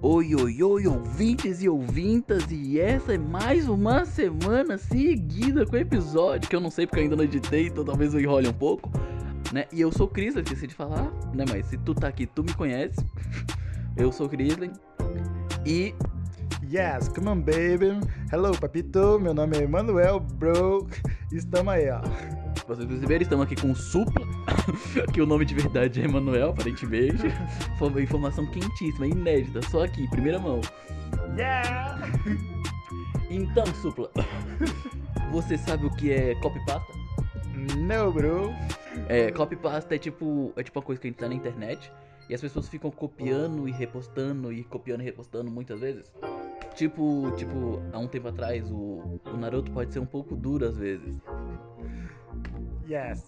Oi, oi, oi, ouvintes e ouvintas, e essa é mais uma semana seguida com episódio que eu não sei porque eu ainda não editei, então talvez eu enrole um pouco, né? E eu sou o Crislin, esqueci de falar, né? Mas se tu tá aqui, tu me conhece. Eu sou o Crislin. E Yes, come on baby. Hello, papito. Meu nome é Emanuel Broke. Estamos aí, ó. vocês perceberam, estamos aqui com o Supla, que o nome de verdade é Emanuel, aparentemente. Foi uma informação quentíssima, inédita, só aqui, primeira mão. Yeah! Então, Supla, você sabe o que é copypasta? No, bro. É, copypasta é tipo, é tipo uma coisa que a gente tá na internet e as pessoas ficam copiando e repostando e copiando e repostando muitas vezes. Tipo, tipo, há um tempo atrás o, o Naruto pode ser um pouco duro às vezes. Yes.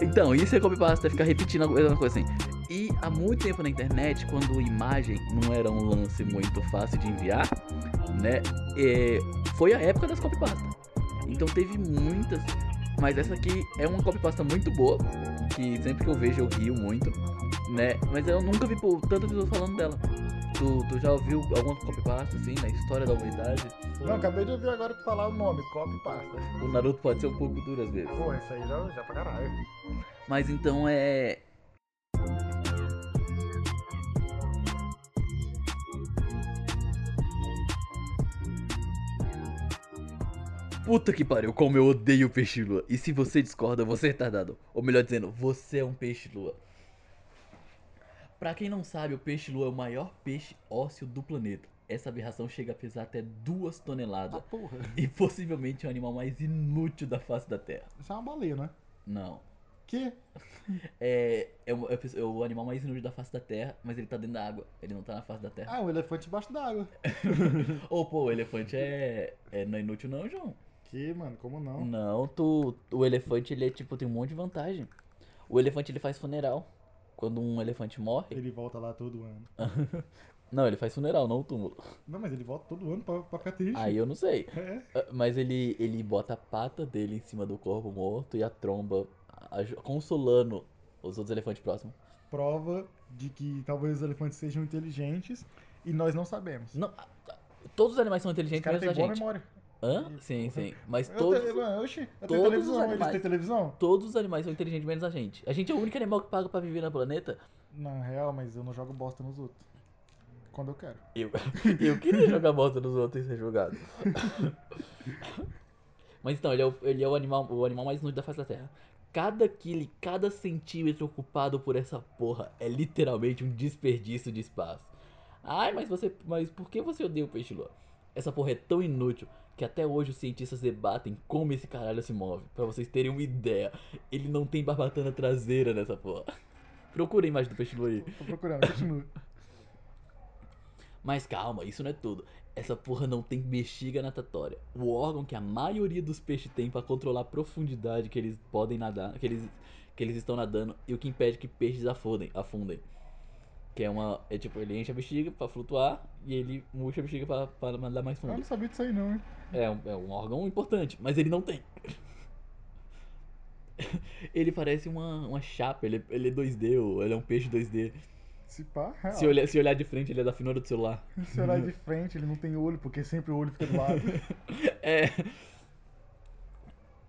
Então, isso é copypasta, é ficar repetindo a mesma coisa assim. E há muito tempo na internet, quando imagem não era um lance muito fácil de enviar, né? é, foi a época das copypasta. Então teve muitas, mas essa aqui é uma copypasta muito boa, que sempre que eu vejo eu rio muito, né? Mas eu nunca vi pô, tantas pessoas falando dela. Tu, tu já ouviu alguma copypasta assim na história da humanidade? Não, acabei de ouvir agora tu falar o nome, copy pasta. O Naruto pode ser um pouco duro às vezes. Pô, isso aí já, já pra caralho. Mas então é. Puta que pariu, como eu odeio peixe lua. E se você discorda, você é retardado. Ou melhor dizendo, você é um peixe lua. Pra quem não sabe, o peixe lua é o maior peixe ósseo do planeta. Essa aberração chega a pesar até 2 toneladas Ah, porra. e possivelmente é o animal mais inútil da face da Terra. Isso é uma baleia, né? Não. Que? É, é, o, é o pe- é o animal mais inútil da face da Terra, mas ele tá dentro da água. Ele não tá na face da Terra. Ah, um elefante debaixo d'água. Ô, pô, o elefante é, é. Não é inútil, não, João. Que, mano, como não? Não, tu, o elefante, ele é tipo, tem um monte de vantagem. O elefante, ele faz funeral. Quando um elefante morre. Ele volta lá todo ano. Não, ele faz funeral, não o túmulo. Não, mas ele volta todo ano pra, pra ficar triste. Aí eu não sei. É. Ah, Mas ele, ele bota a pata dele em cima do corpo morto e a tromba a- a- consolando os outros elefantes próximos. Prova de que talvez os elefantes sejam inteligentes e nós não sabemos. Não, a- a- todos os animais são Os inteligentes, caras menos têm a boa gente. memória. Hã? Sim, sim. Mas Eu todos, te- mano, oxi, eu tenho todos os televisão, eles animais. têm televisão? todos os animais são inteligentes, menos a gente. A gente é o único animal que paga pra viver no planeta. Na real, mas eu não jogo bosta nos outros. Quando eu quero. Eu, eu queria jogar bosta nos outros e ser jogado. Mas então, ele é, o, ele é o, animal, o animal mais inútil da face da Terra. Cada quilo, cada centímetro ocupado por essa porra é literalmente um desperdício de espaço. Ai, mas você. Mas por que você odeia o peixe lua? Essa porra é tão inútil que até hoje os cientistas debatem como esse caralho se move. Pra vocês terem uma ideia, ele não tem barbatana traseira nessa porra. Procura a imagem do peixe lua aí. Tô procurando, continua. Mas calma, isso não é tudo. Essa porra não tem bexiga natatória. O órgão que a maioria dos peixes tem pra controlar a profundidade que eles podem nadar, que eles, que eles estão nadando e o que impede que peixes afundem, afundem. Que é uma, é tipo, ele enche a bexiga pra flutuar e ele murcha a bexiga pra, pra nadar mais Eu fundo. não sabia disso aí não, hein? É um, é um órgão importante, mas ele não tem. ele parece uma, uma chapa, ele, é- ele é 2D, ou ele é um peixe 2D. Se pá, é real. Se olhar, se olhar de frente, ele é da finura do celular. Se olhar de frente, ele não tem olho, porque sempre o olho fica do lado. É.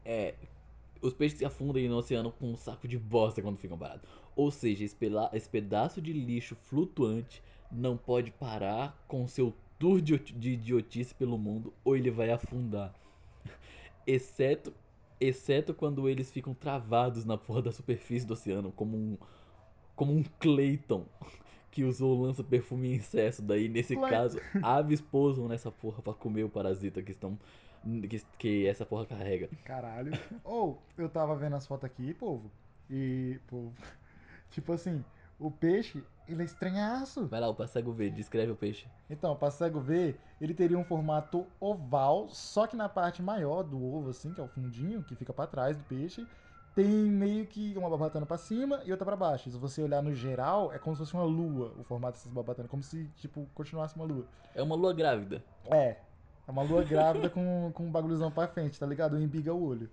É. Os peixes se afundam no oceano com um saco de bosta quando ficam parados. Ou seja, esse, pela- esse pedaço de lixo flutuante não pode parar com seu tour de, oti- de idiotice pelo mundo ou ele vai afundar. Exceto, exceto quando eles ficam travados na porra da superfície do oceano, como um, como um Clayton que usou lança perfume e incesso. Daí, nesse Clay- caso, aves pousam nessa porra pra comer o parasita que estão que, que essa porra carrega. Caralho. Ou, eu tava vendo as fotos aqui, povo. E, povo. Tipo assim, o peixe, ele é estranhaço. Vai lá, o Passago verde, descreve o peixe. Então, pra cego ver, ele teria um formato oval, só que na parte maior do ovo, assim, que é o fundinho, que fica pra trás do peixe, tem meio que uma babatana pra cima e outra pra baixo. E Se você olhar no geral, é como se fosse uma lua, o formato dessas babatanas, como se, tipo, continuasse uma lua. É uma lua grávida. É, é uma lua grávida com, com um bagulhozão pra frente, tá ligado? Um embiga o olho.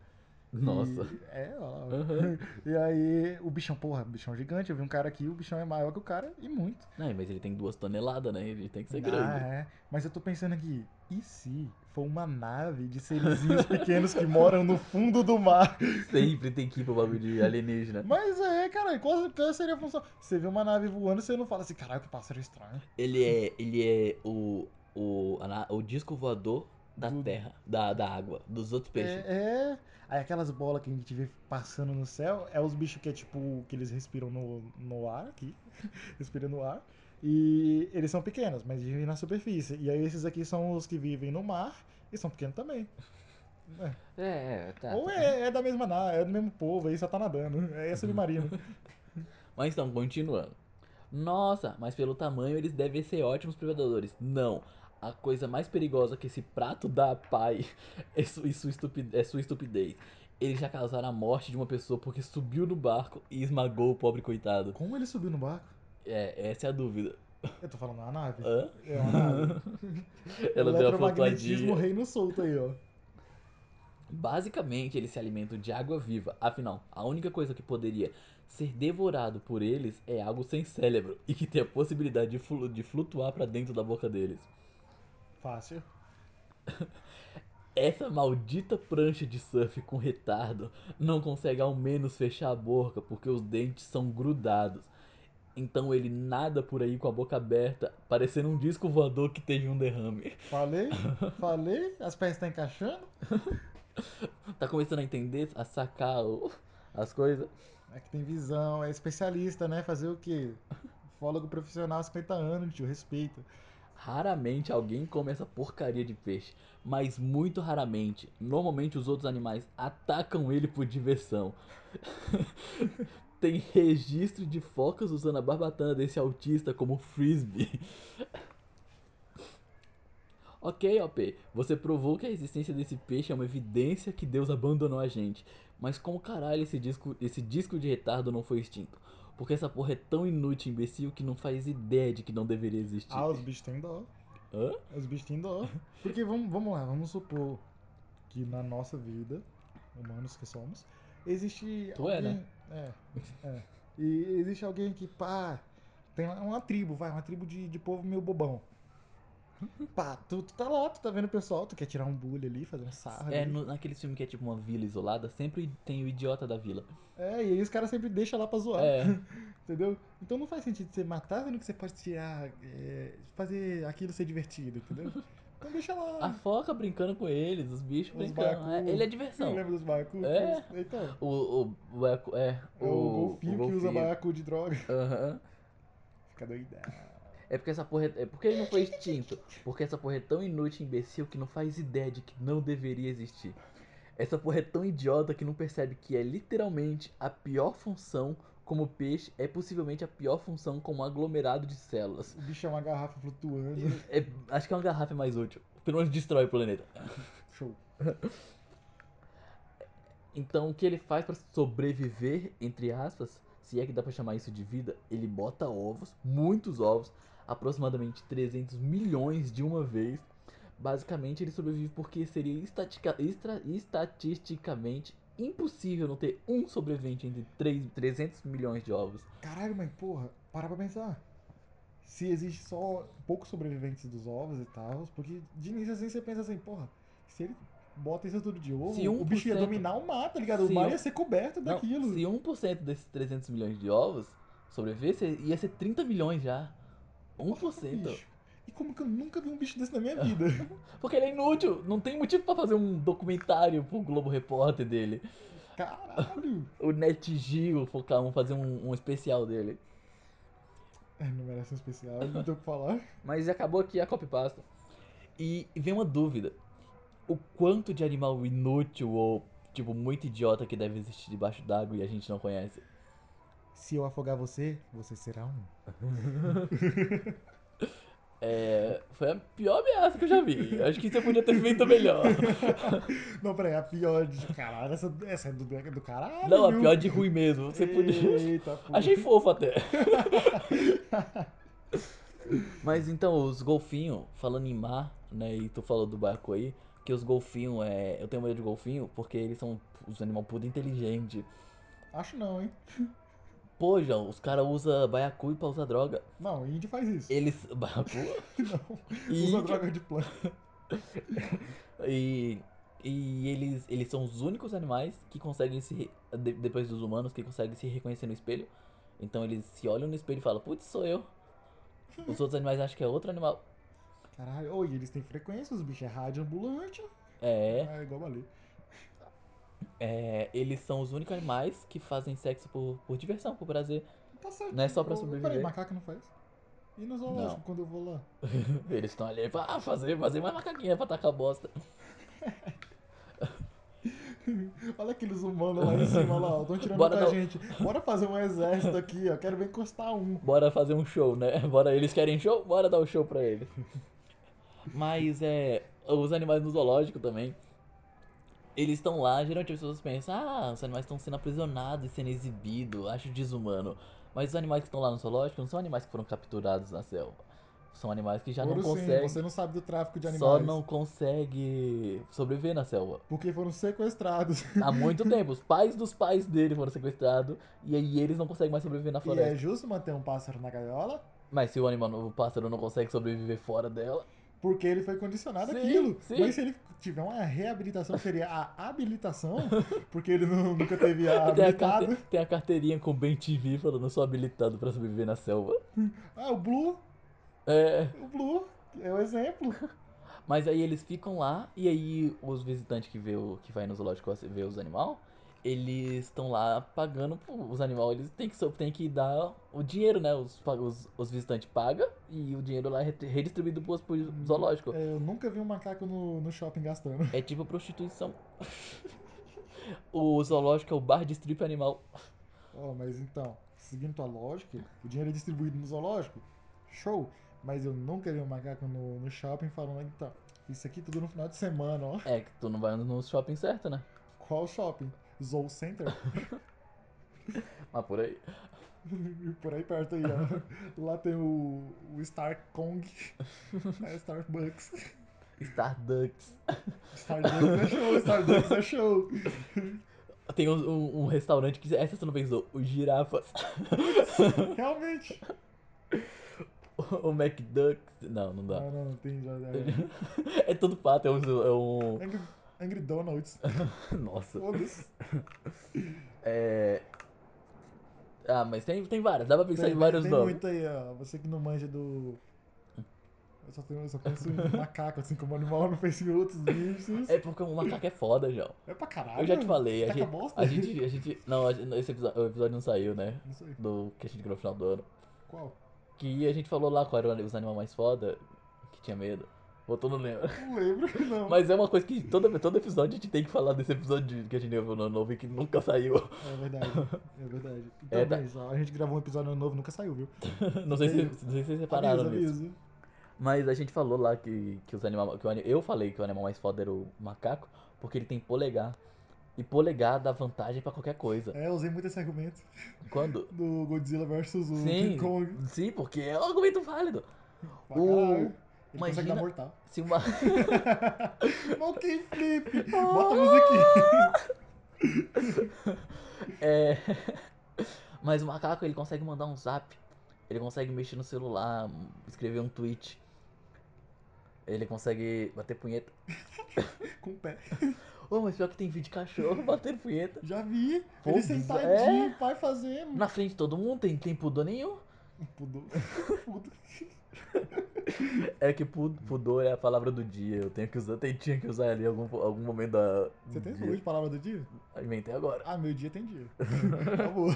Nossa. E- é, ó. lá. Aham. E aí, o bichão, porra, o bichão é gigante. Eu vi um cara aqui, o bichão é maior que o cara e muito. Não, mas ele tem duas toneladas, né? Ele tem que ser Ah, grande. é. Mas eu tô pensando aqui, e se for uma nave de serizinhos pequenos que moram no fundo do mar? é. Sempre tem que ir pro bagulho de alienígena. Mas é, cara, qual, qual seria a função? Você vê uma nave voando, você não fala assim, caralho, que pássaro estranho. Ele é. Ele é o. O, a na- o disco voador da Do- terra, da, da água, dos outros peixes. É, é. Aí aquelas bolas que a gente vê passando no céu, é os bichos que é tipo, que eles respiram no, no ar aqui, respiram no ar, e eles são pequenos, mas vivem na superfície. E aí esses aqui são os que vivem no mar e são pequenos também. É, é, tá. Ou é, é da mesma nave, é do mesmo povo, aí só tá nadando, é submarino. Mas então, continuando. Nossa, mas pelo tamanho eles devem ser ótimos predadores. Não. A coisa mais perigosa que esse prato dá a pai é su- e sua, estupi- é sua estupidez. Eles já causaram a morte de uma pessoa porque subiu no barco e esmagou o pobre coitado. Como ele subiu no barco? É, essa é a dúvida. Eu tô falando uma nave. Hã? É uma nave. Ela deu uma Eletromagnetismo flutuadinha. reino solto aí, ó. Basicamente, eles se alimentam de água viva. Afinal, a única coisa que poderia ser devorado por eles é algo sem cérebro e que tem a possibilidade de, flu- de flutuar pra dentro da boca deles. Fácil. Essa maldita prancha de surf com retardo não consegue ao menos fechar a boca porque os dentes são grudados. Então ele nada por aí com a boca aberta, parecendo um disco voador que teve um derrame. Falei, falei, as peças tá encaixando. Tá começando a entender, a sacar o- as coisas? É que tem visão, é especialista, né? Fazer o quê? Fólogo profissional, 50 anos, tio, respeita. Raramente alguém come essa porcaria de peixe, mas muito raramente. Normalmente os outros animais atacam ele por diversão. Tem registro de focas usando a barbatana desse autista como frisbee. Ok, OP, você provou que a existência desse peixe é uma evidência que Deus abandonou a gente. Mas como caralho esse disco, esse disco de retardo não foi extinto? Porque essa porra é tão inútil, imbecil, que não faz ideia de que não deveria existir. Ah, os bichos têm dó. Hã? Os bichos têm dó. Porque vamos, vamos lá, vamos supor que na nossa vida, humanos que somos, existe Tu é, alguém. É, é. E existe alguém que, pá, tem lá uma tribo, vai, uma tribo de, de povo meio bobão. Pá, tu, tu tá lá, tu tá vendo o pessoal, tu quer tirar um bullying ali, fazer um sarro. É, ali. no, naquele filme que é tipo uma vila isolada, sempre tem o idiota da vila. É, e aí os caras sempre deixam lá pra zoar. É. Entendeu? Então não faz sentido você matar, sendo que você pode tirar. é, fazer aquilo ser divertido, entendeu? Então deixa A lá. foca brincando com eles, os bichos Os brincando. baiacu. é, ele é Você diversão. lembra dos baiacu? É. Então. O, o, o eco- é, É o, golfinho que usa golfinho. baiacu de droga. Aham. Fica doida. É porque essa porra. É é porque ele não foi extinto. Porque essa porra é tão inútil, imbecil, que não faz ideia de que não deveria existir. Essa porra é tão idiota que não percebe que é literalmente a pior função como peixe, é possivelmente a pior função como aglomerado de células. O bicho é uma garrafa flutuando. É, acho que é uma garrafa mais útil. Pelo menos destrói o planeta. Show. Então, o que ele faz pra sobreviver, entre aspas, se é que dá pra chamar isso de vida, ele bota ovos, muitos ovos, aproximadamente 300 milhões de uma vez. Basicamente, ele sobrevive porque seria estatica- estra- estatisticamente impossível não ter um sobrevivente entre três- 300 milhões de ovos. Caralho, mas porra, para pra pensar. Se existe só poucos sobreviventes dos ovos e tal, porque de início assim você pensa assim, porra, se ele bota isso tudo de ovo, Se o bicho ia 1%, dominar o mar, tá ligado? se O mar um- ia ser coberto Não, daquilo. se 1% desses 300 milhões de ovos sobrevivesse, ia ser 30 milhões já. Porra, 1%. bicho. E como que eu nunca vi um bicho desse na minha vida? Porque ele é inútil, não tem motivo pra fazer um documentário pro Globo Repórter dele. Caralho! O Net Geo focar, vão fazer um, um especial dele. É, não merece um especial, não tem o que falar. Mas acabou aqui a copypasta. E vem uma dúvida. O quanto de animal inútil ou, tipo, muito idiota que deve existir debaixo d'água e a gente não conhece? Se eu afogar você, você será um. É, foi a pior ameaça que eu já vi. Acho que você podia ter feito melhor. Não, peraí, a pior de. Caralho, essa, essa é do, do caralho. Não, a viu? pior de ruim mesmo. É. Você podia... Eita, porra. Achei fofo até. Mas então, os golfinhos, falando em mar, né? E tu falou do barco aí. que os golfinhos, é, eu tenho medo de golfinho porque eles são os animais puto inteligente. Acho não, hein? Pô, João, os caras usam baiacu pra usar droga. Não, índio faz isso. Eles. Baiacu? Não, E, usa droga de planta. e, e eles, eles são os únicos animais que conseguem se. re- de- depois dos humanos, que conseguem se reconhecer no espelho. Então eles se olham no espelho e falam: Putz, sou eu. Os outros animais acham que é outro animal. Caralho, oi, eles têm frequência, os bichos é rádio ambulante. É. É igual baleia. É, eles são os únicos animais que fazem sexo por, por diversão, por prazer. Tá certo. Não é só pra Ô, sobreviver. Peraí, macaco não faz? E no zoológico, quando eu vou lá? Eles estão ali pra ah, fazer, fazer mais macaquinha pra tacar bosta. Olha aqueles humanos lá em cima, lá, ó. Estão tirando Bora da dar um- gente. Bora fazer um exército aqui, ó. Quero ver encostar um. Bora fazer um show, né? Bora, eles querem show? Bora dar o show pra eles. Mas é. Os animais no zoológico também. Eles estão lá, geralmente as pessoas pensam, ah, os animais estão sendo aprisionados e sendo exibidos, acho desumano. Mas os animais que estão lá no zoológico não são animais que foram capturados na selva. São animais que já Ouro, não sim, conseguem. Você não sabe do tráfico de só animais. não consegue sobreviver na selva. Porque foram sequestrados. Há muito tempo. Os pais dos pais dele foram sequestrados. E aí eles não conseguem mais sobreviver na E é floresta. justo manter um pássaro na gaiola? Mas se o animal, o pássaro não consegue sobreviver fora dela. Porque ele foi condicionado Sim, àquilo. sim. Mas se ele tiver uma reabilitação, seria a habilitação, porque ele nu- nunca teve Tem a a, Tá habilitado. carte- tem a carteirinha com Ben TV falando: sou habilitado pra sobreviver na selva. Ah, o Blue, É. o Blue é o exemplo. Mas aí eles ficam lá. E aí os visitantes que, vê o, que vai no zoológico ver os animais. Eles estão lá pagando pô, os animais, eles têm que, so- têm que dar o dinheiro, né? Os, pa- os, os visitantes pagam e o dinheiro lá é re- redistribuído pro, pro zoológico. É, eu nunca vi um macaco no, no shopping gastando. É tipo prostituição. o zoológico é o bar de strip animal. Ó, mas então, seguindo tua lógica, o dinheiro é distribuído no zoológico, show. Mas eu nunca vi um macaco no, no shopping falando, então, isso aqui tudo no final de semana, ó. É que tu não vai no shopping certo, né? Qual shopping? Zoo Center? Mas por aí. Por aí perto aí, ó. Lá tem o, o Star Kong, é Starbucks. Starducks. Starbucks é show, Starbucks é show. Tem um, um- um restaurante que. Essa você não pensou. O Girafas. Realmente. o McDucks. Não, não dá. Não, não, não tem. Já, já. É tudo pato. É um. zo- É um... Angry, Angry Donuts. Nossa. Todos. É. Ah, mas tem, tem várias. Dá pra pensar Tem, em vários tem nomes. muito aí, ó. Você que não manja do. Eu só, tenho, eu só penso em macaco, assim, como animal, não penso em outros bichos. É, É porque o macaco é foda, João. pra caralho. Eu já te falei. A Taca gente, bosta. a gente. a gente- Não, a gente- esse episódio, o episódio não saiu, né? Não sei. Do que a gente criou no final do ano. Qual? Que a gente falou lá qual era os animais mais foda que tinha medo. Voltou, não lembro. Não lembro, não. Mas é uma coisa que todo, todo episódio a gente tem que falar desse episódio que a gente gravou no ano novo e que nunca saiu. É verdade. É verdade. Então, É, tá. bem, só, a gente gravou um episódio novo, nunca saiu, viu? Não sei se, não sei se vocês repararam Aviso, nisso. aviso. Mas a gente falou lá que, que os animais. Que o, ani- eu falei que o animal mais foda era o macaco, porque ele tem polegar. E polegar dá vantagem pra qualquer coisa. É, eu usei muito esse argumento Quando? do Godzilla versus o Sim. King Kong. Sim, porque é um argumento válido. Pra O- caralho. Ele consegue imagina- dar mortal. Se uma. Monkey Flip! Ah! Bota a musiquinha. É. Mas o macaco ele consegue mandar um zap. Ele consegue mexer no celular, escrever um tweet. Ele consegue bater punheta. Com o pé. Oh, mas pior que tem vídeo de cachorro batendo punheta. Já vi. Pô, ele sentadinho, é? vai fazendo. Na frente de todo mundo, tem, tem pudor nenhum. Pudor. Pudor. É que pu- pudor é a palavra do dia. Eu tenho que usar, tem- tinha que usar ali em algum, algum momento da. Você tem dia. saúde de palavra do dia? Inventei agora. Ah, meu dia tem dia. Tá Acabou.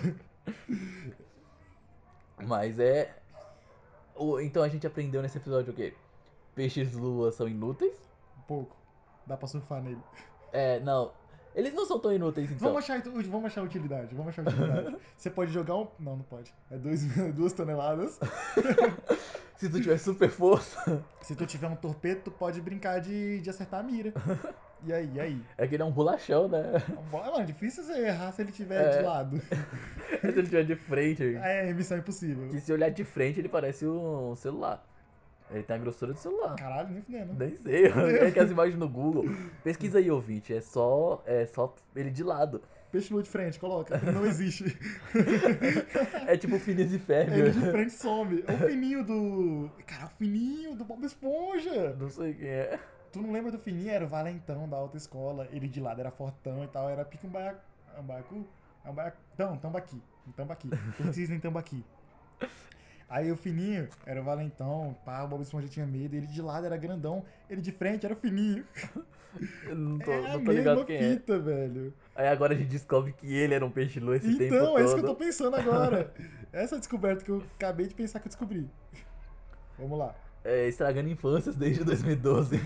Mas é. o- Então a gente aprendeu nesse episódio o quê? Peixes lua são inúteis? Um Pouco. Dá pra surfar nele. É, não. Eles não são tão inúteis então. Vamos, achar, vamos achar utilidade, vamos achar utilidade. Você pode jogar um. Não, não pode. É dois, duas toneladas. Se tu tiver super força. Se tu tiver um torpedo, tu pode brincar de, de acertar a mira. E aí, e aí? É que ele é um bolachão, né? Bora, mano, difícil você errar se ele tiver É. de lado. Se ele tiver de frente. É, missão impossível. Que se olhar de frente, ele parece um celular. Ele tem a grossura do celular. Caralho, nem fudendo. né? Nem sei, é que as imagens no Google. Pesquisa aí, ouvinte. É só, é só ele de lado. Peixe lua de frente, coloca. Não existe. É tipo fininho de Ele férmea. de frente some. É o fininho do. Cara, o fininho do Bob Esponja. Não sei quem é. Tu não lembra do fininho? Era o Valentão da alta escola. Ele de lado era fortão e tal. Era pica um baiacu. Um baiacu? É Um baiacu. Não, tambaqui. Um tambaqui. Um cisne tambaqui. Aí o fininho era o Valentão. Pá, o Bob Esponja tinha medo. Ele de lado era grandão. Ele de frente era o fininho. Eu não tô, é a não tô mesma ligado quem é. fita, velho. Aí agora a gente descobre que ele era um peixe lua esse tempo Então, é isso que eu tô todo. pensando agora. Essa descoberta que eu acabei de pensar que eu descobri. Vamos lá. É, estragando infâncias desde 2012.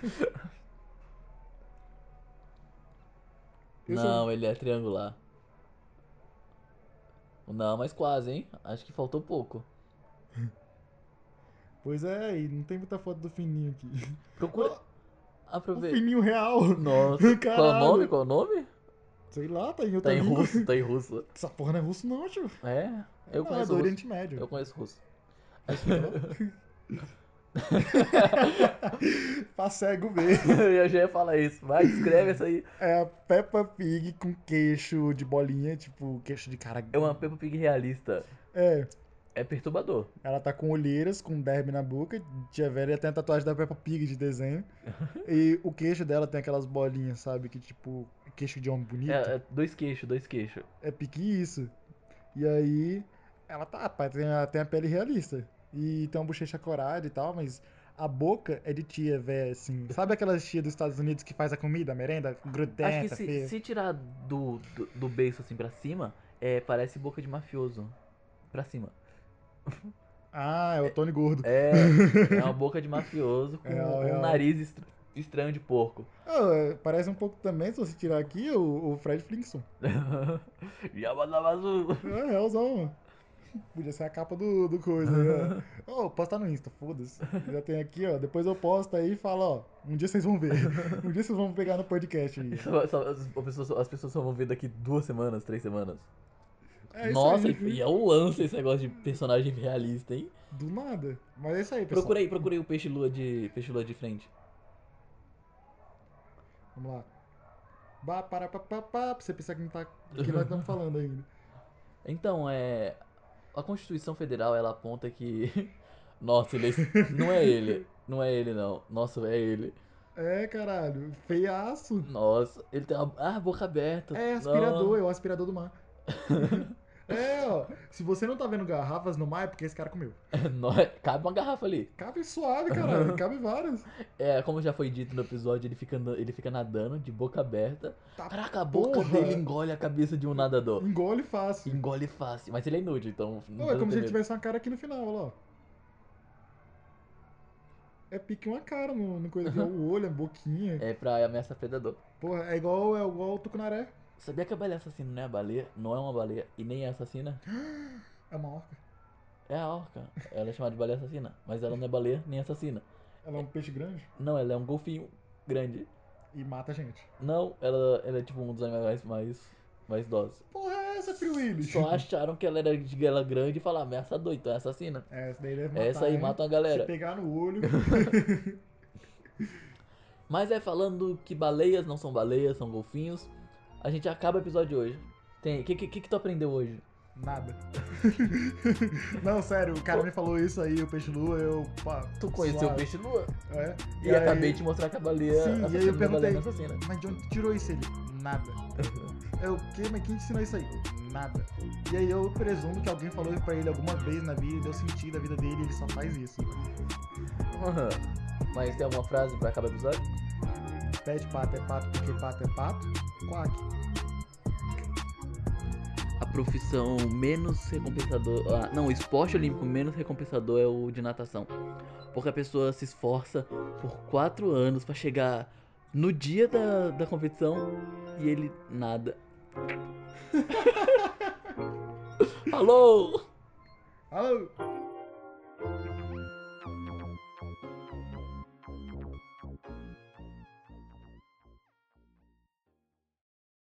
Eu sou- Não, ele é triangular. Não, mas quase, hein? Acho que faltou pouco. Pois é, e não tem muita foto do fininho aqui. Procura. O Aproveita. fininho real. Nossa, qual é o Caralho. nome? Qual é o nome? Sei lá, tá em outra Tá em língua. russo, tá em russo. Essa porra não é russo não, tio. É? Eu não, é do conheço russo. Oriente Médio. Eu conheço russo. pra cego ver. Eu já ia falar isso. Vai, escreve essa aí. É a Peppa Pig com queixo de bolinha, tipo, queixo de cara. É uma Peppa Pig realista. É, É perturbador. ela tá com olheiras, com derby na boca, tia velha tem a tatuagem da Peppa Pig de desenho. e o queixo dela tem aquelas bolinhas, sabe? Que tipo, queixo de homem bonito. É, é dois queixos, dois queixos. É pique isso. E aí, ela tá, pá, tem a, tem a pele realista. E tem uma bochecha corada e tal, mas a boca é de tia, velho, assim. Sabe aquelas tia dos Estados Unidos que faz a comida, a merenda? Acho que Grudenta, se, feia. se tirar do, do, do beiço assim pra cima, é, parece boca de mafioso. Pra cima. Ah, é o Tony Gordo. É, é uma boca de mafioso com Real, um real. nariz estra- estranho de porco. Ah, é, parece um pouco também, se você tirar aqui, o, o Fred Flintstone. Yabalabazu. É, realzão. Podia ser a capa do, do coisa, né? Ô, posta no Insta, foda-se. Já tem aqui, ó. Depois eu posto aí e falo, ó. Um dia vocês vão ver. Um dia vocês vão pegar no podcast aí. Só- só- as, pessoas, as pessoas só vão ver daqui duas semanas, três semanas. É isso Nossa, aí. e é um lance esse negócio de personagem realista, hein? Do nada. Mas é isso aí, pessoal. Procura aí, procura aí o peixe lua de, peixe lua de frente. Vamos lá. Bah, para, pa, pa, pa, pra você pensar que, não tá, que nós estamos falando ainda. Então, é. A Constituição Federal ela aponta que. Nossa, ele é- não é ele. Não é ele, não. Nossa, é ele. É, caralho. Feiaço. Nossa, ele tem uma. Ah, boca aberta. É aspirador, é o aspirador do mar. é, ó. Se você não tá vendo garrafas no mar, é porque esse cara comeu. Não. Nó- Cabe uma garrafa ali. Cabe suave, caralho. Cabe várias. É, como já foi dito no episódio, ele fica, andando- ele fica nadando de boca aberta. Tá, Caraca, a boca porra. dele engole a cabeça de um nadador. Engole fácil. Engole fácil. Mas ele é inútil, então. Não Ó, é precisa ter como se ele medo. tivesse uma cara aqui no final, olha lá. ó. É pique uma cara no, no coisa aqui, ó, o olho, a boquinha. É pra ameaça predador. Porra, é igual, é igual o tucunaré. Sabia que a baleia assassina não é baleia? Não é uma baleia e nem é assassina? É uma orca. É a orca. Ela é chamada de baleia assassina. Mas ela não é baleia nem assassina. Ela é um peixe grande Não, ela é um golfinho grande. e mata a gente. Não, ela, ela é tipo um dos animais mais, mais idosos. Porra, é essa, Free Willy? Só acharam que ela era de ela grande e falaram, ameaçador, então é assassina. É, Essa daí deve matar. Essa aí hein? mata a Se galera. pegar no olho. Mas é falando que baleias não são baleias, são golfinhos. A gente acaba o episódio de hoje. Tem, o que, que, que tu aprendeu hoje? Nada. Não, sério, o cara me falou isso aí, o peixe lua, eu. Pá, Tu conheceu o suave. peixe lua É. e, acabei de mostrar que a baleia Sim, e aí assassina, e eu a baleia perguntei. não assassina. Mas de onde tu tirou isso ele? Nada. É o quê? Mas quem te ensinou isso aí? Nada. E aí eu presumo que alguém falou pra ele alguma vez na vida, deu sentido à vida dele e ele só faz isso. Mas tem alguma frase pra acabar o episódio? Pede pato é pato, porque pato é pato. Quack. A profissão menos recompensador. ah, não, o esporte olímpico menos recompensador é o de natação. Porque a pessoa se esforça por quatro anos pra chegar no dia da, da competição e ele nada. Falou! Alô!